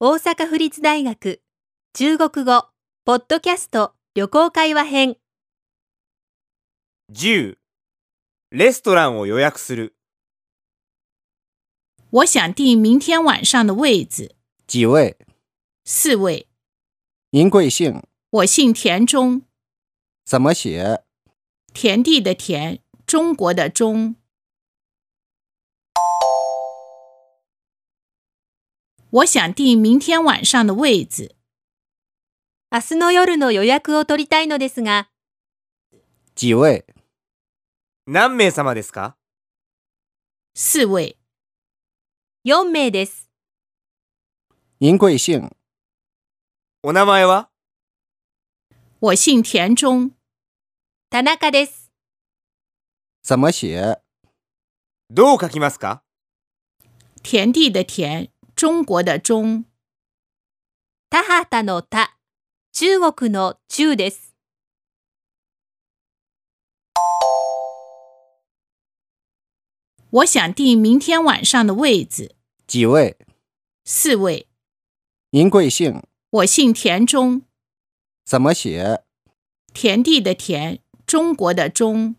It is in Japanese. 大阪府立大学中国語ポッドキャスト旅行会話編10レストランを予約する我想订明天晚上的位子，几位？四位。您贵姓？我姓田中，怎么写？田地的田，中国的中。我想订明天晚上的位子，明日の夜の予約を取りたいのですが几位？何名様ですか四位。 4名です您贵姓？お名前は我姓田中，田中です怎么写？どう書きますか田地的田，中国的中。田畑の田中国の中です我想订明天晚上的位子，几位？四位。您贵姓？我姓田中，怎么写？田地的田，中国的中。